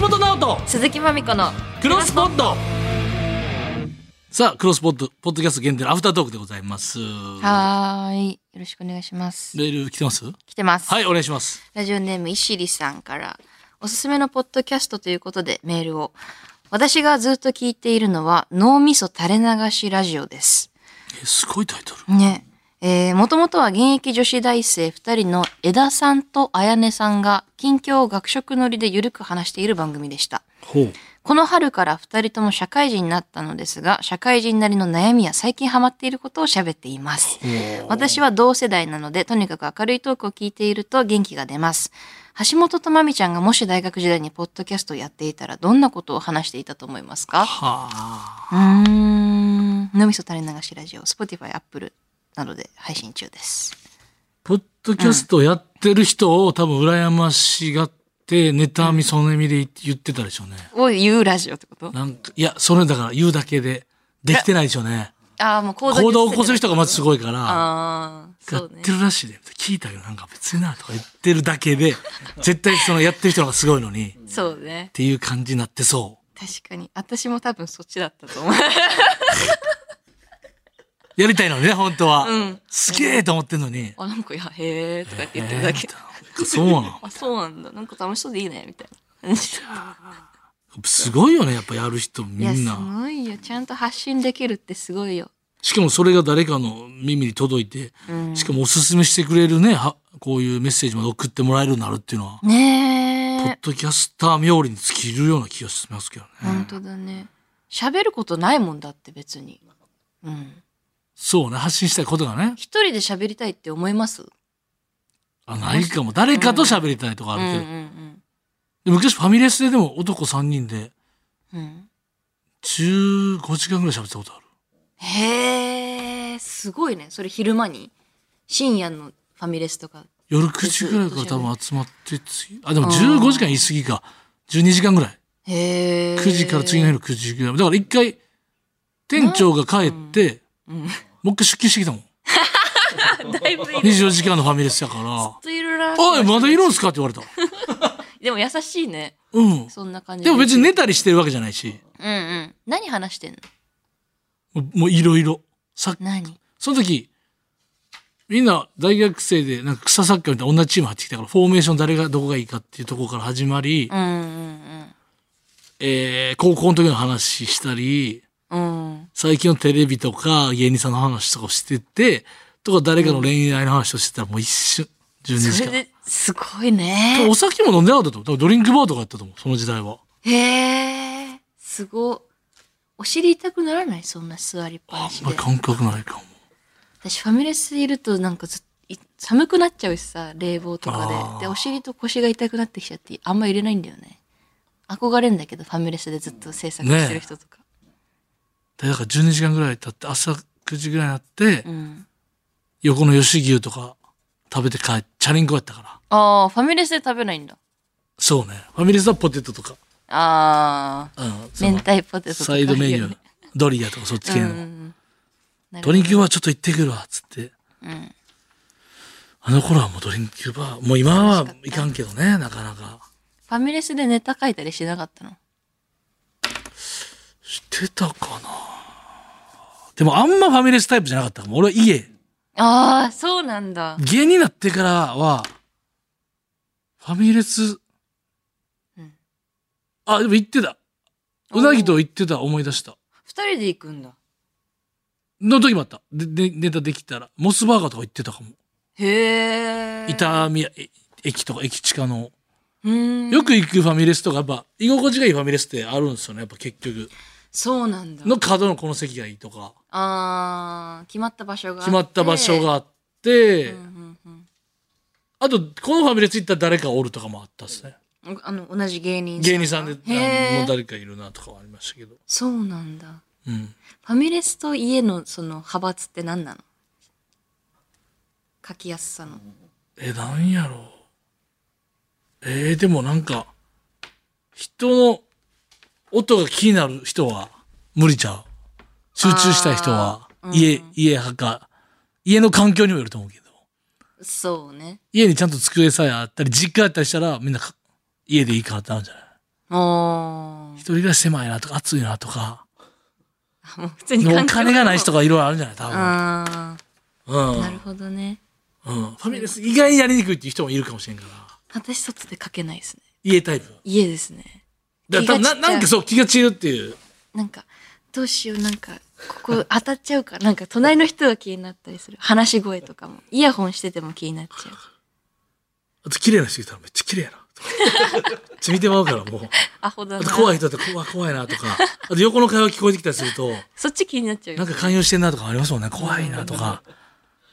橋本直人鈴木まみこのクロスポッドさあクロスポッドポッドキャスト限定のアフタートークでございますはーいよろしくお願いしますメール来てます来てます、はいお願いしますラジオネームいしりさんからおすすめのポッドキャストということでメールを私がずっと聞いているのは脳みそ垂れ流しラジオですえすごいタイトルね。えー、もともとは現役女子大生2人の枝さんと綾音さんが近況を学食乗りでゆるく話している番組でした。ほうこの春から2人とも社会人になったのですが、社会人なりの悩みや最近ハマっていることを喋っています。私は同世代なので、とにかく明るいトークを聞いていると元気が出ます。橋本とまみちゃんがもし大学時代にポッドキャストをやっていたら、どんなことを話していたと思いますかはあうーん。脳みそ垂れ流しラジオ、Spotify、Apple などで配信中です。ポッドキャストやってる人を多分羨ましがって妬みそねみで言ってたでしょうねを言うラジオってことなんかいやそれだから言うだけでできてないでしょうねああ、もう行動行動を起こせる人がまずすごいからああ、やそうっねて。るらしいで聞いたけどなんか別になとか言ってるだけで絶対そのやってる人の方がすごいのにっそうね。ていう感じになってそう確かに。私も多分そっちだったと思う。やりたいのにね、本当は。うんすげえと思ってんのに。 あ、なんか、いや、へえとかって言ってるだけえー。みたいなそうなの。あ、そうなんだ。なんか楽しそうでいいね、みたいな。すごいよね、やっぱやる人いみや、んすな。ごいよ。ちゃんと発信できるってすごいよ。しかもそれが誰かの耳に届いて、うんしかもおすすめしてくれるね、はこういうメッセージまで送ってもらえるようになるっていうのは、ポッねえ。ドキャスター冥利に尽きるような気がしますけどね。本当だね。喋ることないもんだって、別に。うん。そうね、発信したいことがね、一人で喋りたいって思いますあないかも。誰かと喋りたいとかあうんるうけんど。うんで昔ファミレスででも男3人でうん。 15時間ぐらい喋ったことある。へえ、すごいね。それ昼間に深夜のファミレスとか。夜9時ぐらいから多分集まって次あでも15時間言い過ぎか12時間ぐらいへえ。 9時から次の日の9時ぐらいだから一回店長が帰って、うん。もう一回出勤してきたもんだいぶいる。ずっ24時間のファミレスやからといる「な。おいまだいるんすか?」って言われたでも優しいね。うんそんな感じ。でも別に。寝たりしてるわけじゃないしうんうん。何話してんのもういろいろさ何その時みんな大学生でなんか草サッカーみたいな同じチーム入ってきたからフォーメーション誰がどこがいいかっていうところから始まり、うんうんえー高校の時の話したりうん。うん。最近のテレビとか芸人さんの話とかをしてて、とか誰かの恋愛の話をしてたらもう一瞬、12時それ間。で、すごいねお。酒も飲んでなかったと思う。多分ドリンクバーとかやったと思う、その時代は。へえ、すご。お尻痛くならないそんな座りっぱあなしんまでり。感覚ないかも。私ファミレスいるとなんかずっい寒くなっちゃうしさ冷房とかあーででお尻と腰が痛くなってきちゃってあんま入れないんだよね憧れんだけどファミレスでずっと制作してる人とか、でだから12時間ぐらい経って、朝9時ぐらいになって、うん、横の吉牛とか食べて帰って、チャリンコやったから。ああファミレスで食べないんだそうね。ファミレスはポテトとか。ああうん。その明太ポテトとかサあるイよね、ドメニュー。ドリアとかそっち系うんの。うんなるドほリどンクバーちょっと行ってくるわ、つって。んあの頃はもうドリンクバー、もう今はいかんけどね、なかなか。ファミレスでネタ書いたりしなかったのしてたかなでもあんまファミレスタイプじゃなかったかも。俺は家、ああそうなんだ芸になってからは、ファミレス、うんあ、でも行ってた。うなぎと行ってた、思い出した。二人で行くんだの時もあった。で、でネタできたら。モスバーガーとか行ってたかも。へえ伊丹宮え駅とか駅地下の。うんよく行くファミレスとかやっぱ居心地がいいファミレスってあるんですよねやっぱ結局そうなんだの角のこの席がいいとかあー決まった場所があ決まった場所があって、うんうんあとこのファミレス行ったら誰かおるとかもあったですねうんあの同じ芸人芸人さんであのへもうー誰かいるなとかはありましたけど、そうなんだうん、ファミレスと家のその派閥って何なの書きやすさのえなんやろうえー、でもなんか人の音が気になる人は無理ちゃう集中したい人はあーうん家、家派か家の環境にもよると思うけどそうね家にちゃんと机さえあったり、実家あったりしたら、みんなか家でいいからってなるんじゃないおー一人暮らし狭いなとか、暑いなとか、あもう普通にお金がない人が。がいろいろあるんじゃない多分。あうーん。なるほどね。うん。ファミレス意外にやりにくいっていう人もいるかもしれんから。私外で書けないですね。家タイプ。家ですね。だから多分なな気が散っちゃうんかそう気が散るっていう。なんか、どうしよう、なんか、ここ 当たっちゃうから、なんか隣の人が気になったりする。話し声とかも。イヤホンしてても気になっちゃう。あと綺麗な人いたらめっちゃ綺麗やな。 ち見てまう からもう。アホだあな。と怖い人だって怖い怖いなとか。あと横の会話聞こえてきたりすると、そっち気になっちゃうよなんか勧誘してんなとかありますもんね。怖いなとか。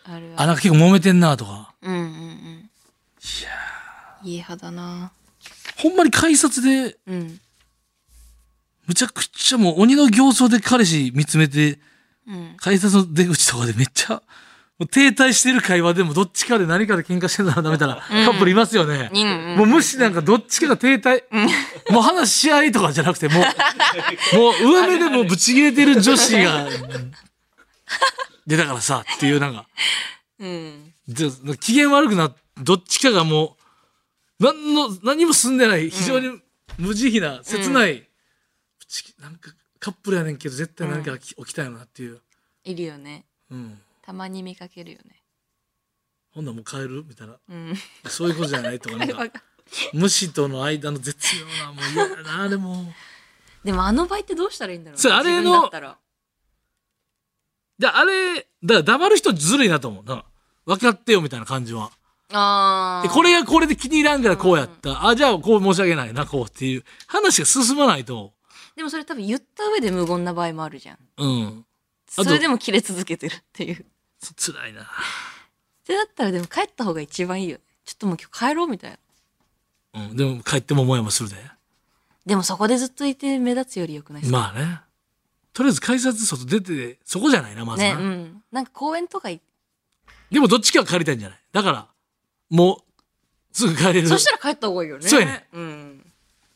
あるあ、なんか結構揉めてんなとか。うんうんうん。いや家派だな。ほんまに改札で、うん。むちゃくちゃもう鬼の形相で彼氏見つめて、うん。改札の出口とかでめっちゃ、もう停滞してる会話でもどっちかで何かで喧嘩してたらダメたらカップルいますよね。うんうんもう無視なんかどっちかが停滞。もう話し合いとかじゃなくて、もう、 もう上目でもうぶち切れてる女子が、で、だからさ、っていうなんか、うん。で機嫌悪くな、どっちかがもう、何の、何も進んでない、非常に無慈悲な、切ない、ぶちなんかカップルやねんけど、絶対何か起き起きたよなっていう。いるよね。うん。たまに見かけるよね。ほんならもう帰るみたいな。うん。そういうことじゃないとか、なん 会話か、が無視との間の絶妙な、もう嫌だな、でも。でもあの場合ってどうしたらいいんだろうそうあれの自分だったらじゃあ、あれ、だから黙る人ずるいなと思う。なんか分かってよみたいな感じは。あであ。これがこれで気に入らんからこうやった。あ、じゃあこう申し訳ないな、こうっていう話が進まないと。でもそれ多分言った上で無言な場合もあるじゃん。うん。それでも切れ続けてるっていう。そ辛いな。ってなったらでも帰った方が一番いいよね。ちょっともう今日帰ろうみたいな。うん。でも帰ってももやもやするで。でもそこでずっといて目立つより良くないですか、まあね。とりあえず改札外出て、そこじゃないな、まずねな。、うん。なんか公園とか行っでもどっちかは帰りたいんじゃないだから、もう、すぐ帰れる。そしたら帰った方がいいよね。そうやねうん。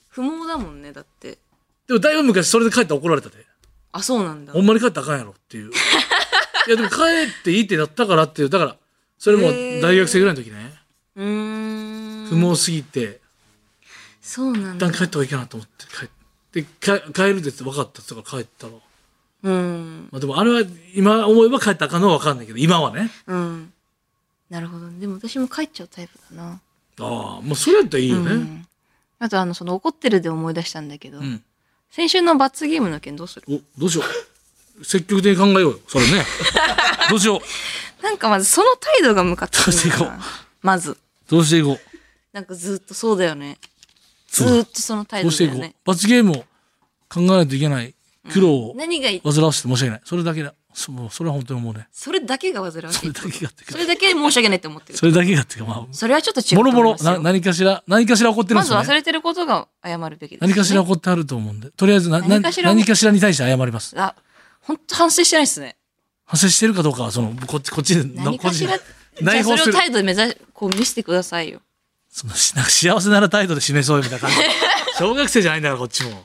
不毛だもんね、だって。でもだいぶ昔それで帰ったら怒られたで。あ、そうなんだほ。んまに帰ったらあかんやろって いう。いやでも帰っていいってなったからっていう。だから、それも大学生ぐらいの時ね。うーん。不毛すぎて、そうなん一だ旦。帰った方がいいかなと思って帰って、か帰るでって分かったって言ったから帰ったら。うん。まあでもあれは今思えば帰ったらあかんのは分かんないけど、今はね。うん。なるほどね。でも私も帰っちゃうタイプだな。ああ、もうそれやったらいいようね。ん。あとあの、その怒ってるで思い出したんだけど、ん先週の罰ゲームの件どうするお、どうしよう。積極的に考えようよ。それ ね。どうしよう。なんかまずその態度が向かってくるんだどうしていなまず。どうしていこう。なんかずっとそうだよね。ずそうだーっとその態ど度うしてだいよこうね。。罰ゲームを考えないといけない苦労を何がいい煩わせて申し訳ない。それだけだ。そもうそれは本当に思うね。それだけが煩わしそれい。だけがっていうそかれだけ申し訳ないって思ってるそ。れだけがっていうか、まあ、それはちょっと違うもろとも思いろま、すよな何かしら、何かしら起こってるんまですずよ忘ね。れてることが謝るべきです、何かしら起こってあると思うんで。とりあえずな、な何かしら何かしらに対して謝ります。あ、本当反省してないですね。反省してるかどうかは、その、こっち、こっちで、何かしこらっちで内じ包ゃあそすれをる。態度で目指こう見せてくださいよ。そのしなんか幸せなら態度で示そうよみたい な感じ。小学生じゃないんだから、こっちも。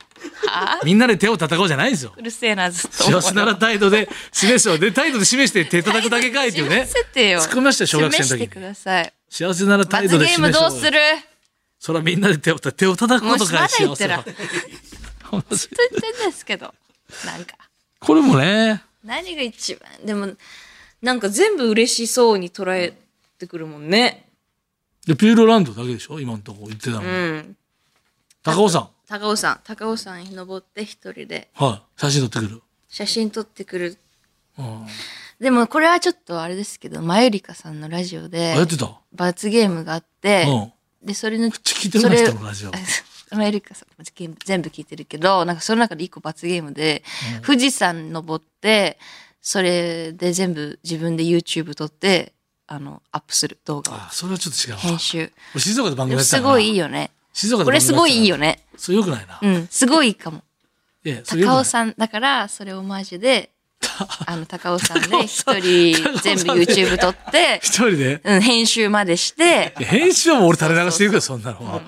みんなで手を叩こうじゃないんですよ。うるせえな、ずっと思う。幸せなら態度で示そう。で、態度で示して手叩くだけかいっていうね示。せてよ。突っ込みましたよ小学生の時に示してください。幸せなら態度罰ゲでーム示そうどよ。うするそらみんなで手をた手を叩くことからも幸うせしばらはく言ほんまそれと言ってんですけど。なんか、これもね、何が一番、でも、なんか全部嬉しそうに捉えてくるもんね。でピューロランドだけでしょ今のとこ言ってたの。うん。高尾さん。高尾山、高尾山に登って一人ではい。写真撮ってくる。写真撮ってくるうん。あ、でもこれはちょっとあれですけど、マユリカさんのラジオでやってた罰ゲームがあって、うん。で、それの、ちょ聞いてるなそれ人 のラジオマユリカさんの罰ゲーム全部聞いてるけど、なんかその中で一個罰ゲームで、富士山登って、それで全部自分で YouTube 撮って、あの、アップする動画をあ、それはちょっと違うわ編。集。俺静岡で番組でもやってたすから。ごいいいよね。静岡でこ番組やれってたすからごいいいよね。それよくないな。うん、すごいいいかも。いや、それよく高な尾い。さんだからそれオマージュで あの高尾さんで一人全部 YouTube 撮 って、一人でうん、編集までしていや編集はもう俺垂れ流していくよ、そんなのは。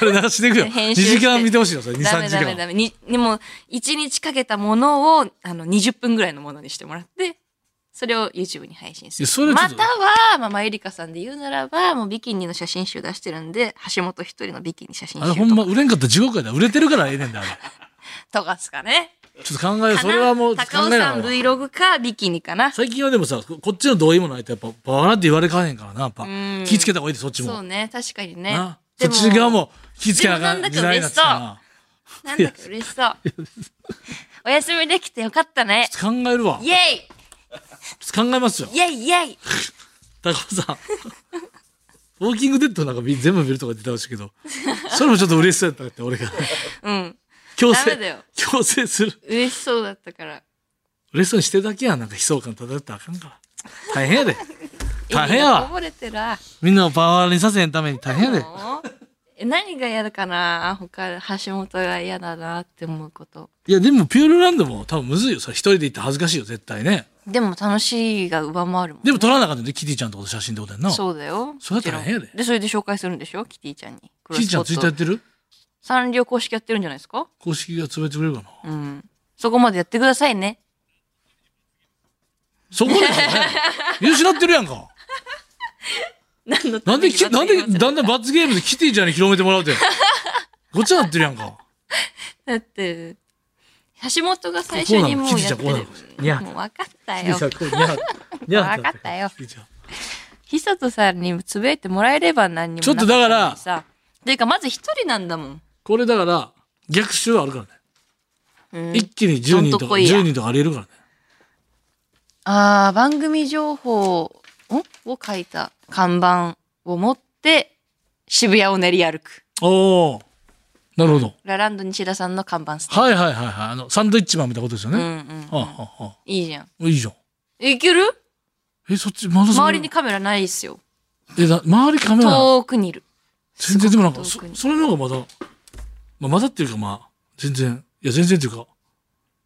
垂れ流していくよ。2 編集して時間見てほしいよ、それ。2、ダ3メ時ダメ間。ダメにでも1日かけたものをあの20分ぐらいのものにしてもらってそれを YouTube に配信すいやそれる。はまちょったとは、まあ、まゆりかさんで言うならば、もうビキニの写真集出してるんで、橋本一人のビキニ写真あれ集ほんま売れんかったら地獄やだ売れてるからええねんだあれとかですかね。ちょっと考えようかそなれはもう考高尾えさなんい Vlog かビキニかな。最近はでもさここっちの同意もないとやっぱバワラって言われかねんからなやっぱん気ぃつけた方がいいでそっちそうもね、確かにねな。でそっち側も気ぃつけなあでもなかんんだか時代になってきたななんだか嬉しそう。お休みできてよかったね。ちょっと考えるわイェイちょっと考えますよイェイイェイ高尾さんウォーキングデッドなんかみ全部見るとか出てほしいけどそれもちょっと嬉しそうやったって俺がうん。強ダメ制だよ強制する嬉しそうだったから。嬉しそうにしてるだけやんなんか悲壮感漂ってあかんから大変やで大笑変みやがわこぼれてら。みんなをパワーにさせんために大変やでもうえ何が嫌だかな他、橋本が嫌だなって思うこと。いやでもピューロランドも多分むずいよそれ一人で行って恥ずかしいよ絶対ねでも楽しいが上回るもん。でも撮らなあかったんでキティちゃんとこの写真ってことやんなそうだよ。それは大変やでもちろんで、それで紹介するんでしょキティちゃんに。キティちゃんツイッターやってクロスポットるサンリオ公式やってるんじゃないですか公式が潰れてくれるかなうん。そこまでやってくださいね。そ こでしょうね見失ってるやんか何のたなんめでにき、なんで、だんだん罰ゲームでキティちゃんに広めてもら うて。ごっちゃなってるやんか。だって、橋本が最初にもうやってる。こうもなのキティちゃんこうなのう分かったよ。こう、にゃにゃってなってるわかったよ久人さんにつぶやいてもらえれば何にもちょっとだからなったのにさ。ていうか、まず一人なんだもん。これだから、逆襲はあるからね。うん一気に10人どとんとか、こいや10人とかありえるからね。ああ、番組情報をを書いた看板を持って渋谷を練り歩く。おー。なるほど。ラランド西田さんの看板スタイはいはいはいはい。あの、サンドイッチマンみたいなことですよル。うね。んうん。ああ、あいいじゃん。あ、いいじゃん。いけるえ、そっち、まだそ周りにカメラないっすよ。え、な周りカメラ。遠くにいる。全然でもなんか、すそごく遠くにそれの方がまだ、まあ、まだっていうかまあ、全然、いや全然っていうか、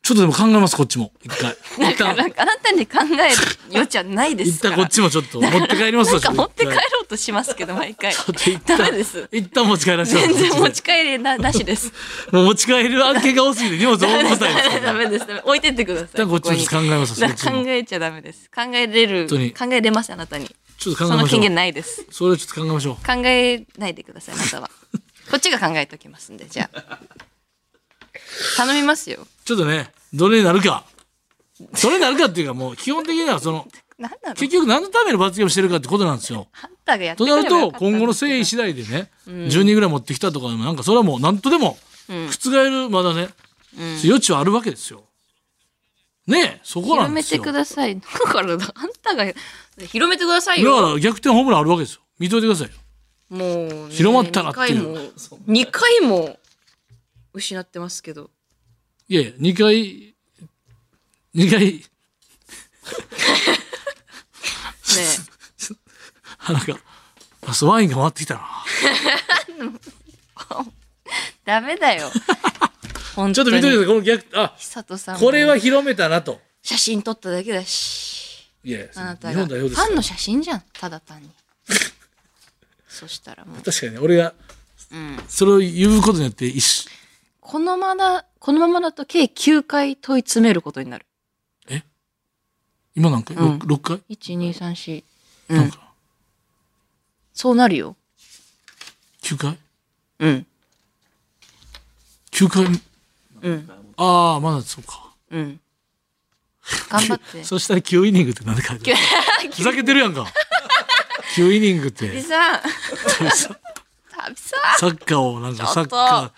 ちょっとでも考えます、こっちも。一 回。一旦なんかあなたに考える余地はないです一から。旦こっちもちょっと持って帰りますなわんかちょ持っっとて一帰回ろうとしますけど、毎回。ちょっとダ一メ旦です。一旦持ち帰らせてもら全って然持ち帰りなな しです。もう持ち帰る案件が多すぎて荷物ダ重メでたいですかす。 ダメらダメです。ダメ置いてってください。一旦こっちもちょっと考えますわなそっち考もえちゃダメです。考えれる。当考にえれます、あなたに。ちょっとそ考えのましょ権限うないです。それはちょっと考えましょう考えないでください、あなたは。 こっちが考えときますんで、じゃあ。頼みますよ。ちょっとねどれになるかどれになるかっていうかもう基本的にはそ のなんだろう結局何のための罰ゲームしてるかってことなんですよあんたがやってとくれなばるよとかったんですけど今後の誠意次第でね10人ぐらい持ってきたとかでもなんかそれはもう何とでもうん覆るまだね余地はあるわけですよねえそこな広んめですてよくだかださい。だから、あんたが、広めてくださいよ。ら逆転ホームランあるわけですよ見といてくださいよもうね、広まったなっていう2回も、2回も失ってますけど。いやいや、2回、2回、ねあなんか、あそうワインが回ってきたな。え ダメだよ。本ちょ当っとに見といてください、この逆、あ、久人さんもこれは広めたなと。写真撮っただけだしいやいや、あなた日が本フ代表ですかァンら。の写真じゃんただ 単にそしたらもう、確かにね、俺がうん、それを言うことによって、一瞬このままこのままだと計9回問い詰めることになる今なんか、うん 6, 六回、 1234うなんんか、そうなるよ9回うん九回うんああ、まだそうか。うん頑張っ て そしたら9イニングって何で書いてあるふざけてるやんか。9イニングって旅、 さん旅さ旅さんサッカーをなんか、ちサょッっとカー。ま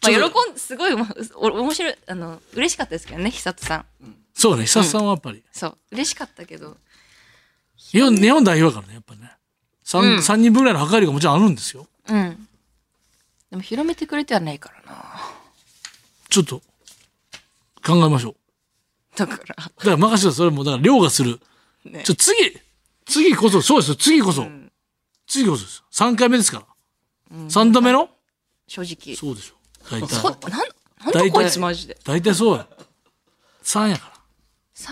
ちょっあと喜んすごいまあお面白いあの嬉しかったですけどね久人さんそうね、久々さんはやっぱり。そう嬉しかったけど日本日本代表だからね、やっぱね。う三ん三人分ぐらいの破壊力がもちろんあるんですよ。うんでも広めてくれてはないからな ちょっと、考えましょう。だからだから任せたそれも、だから、凌駕する。ねちょ、次、次こそ、そうですよ、次こそ。次こそです。3回目ですから。三3度目の正直そうでしょ。大そ体。なんなん大だ体こいつマジで大体そうや。3やから。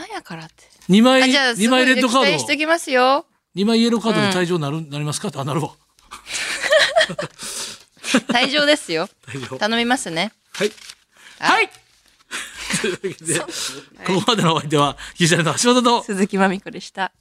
3やからって2枚、あじゃあ2すごい枚レッ期ドカ待ーしドてお。きますよ2枚イエローカードで退場なる、なりますかって、あ、なるわ。退場ですよ退場。頼みますねはい。あはいというわけで、ここまでのお相手は、ギリシャルの橋本と、鈴木まみこでした。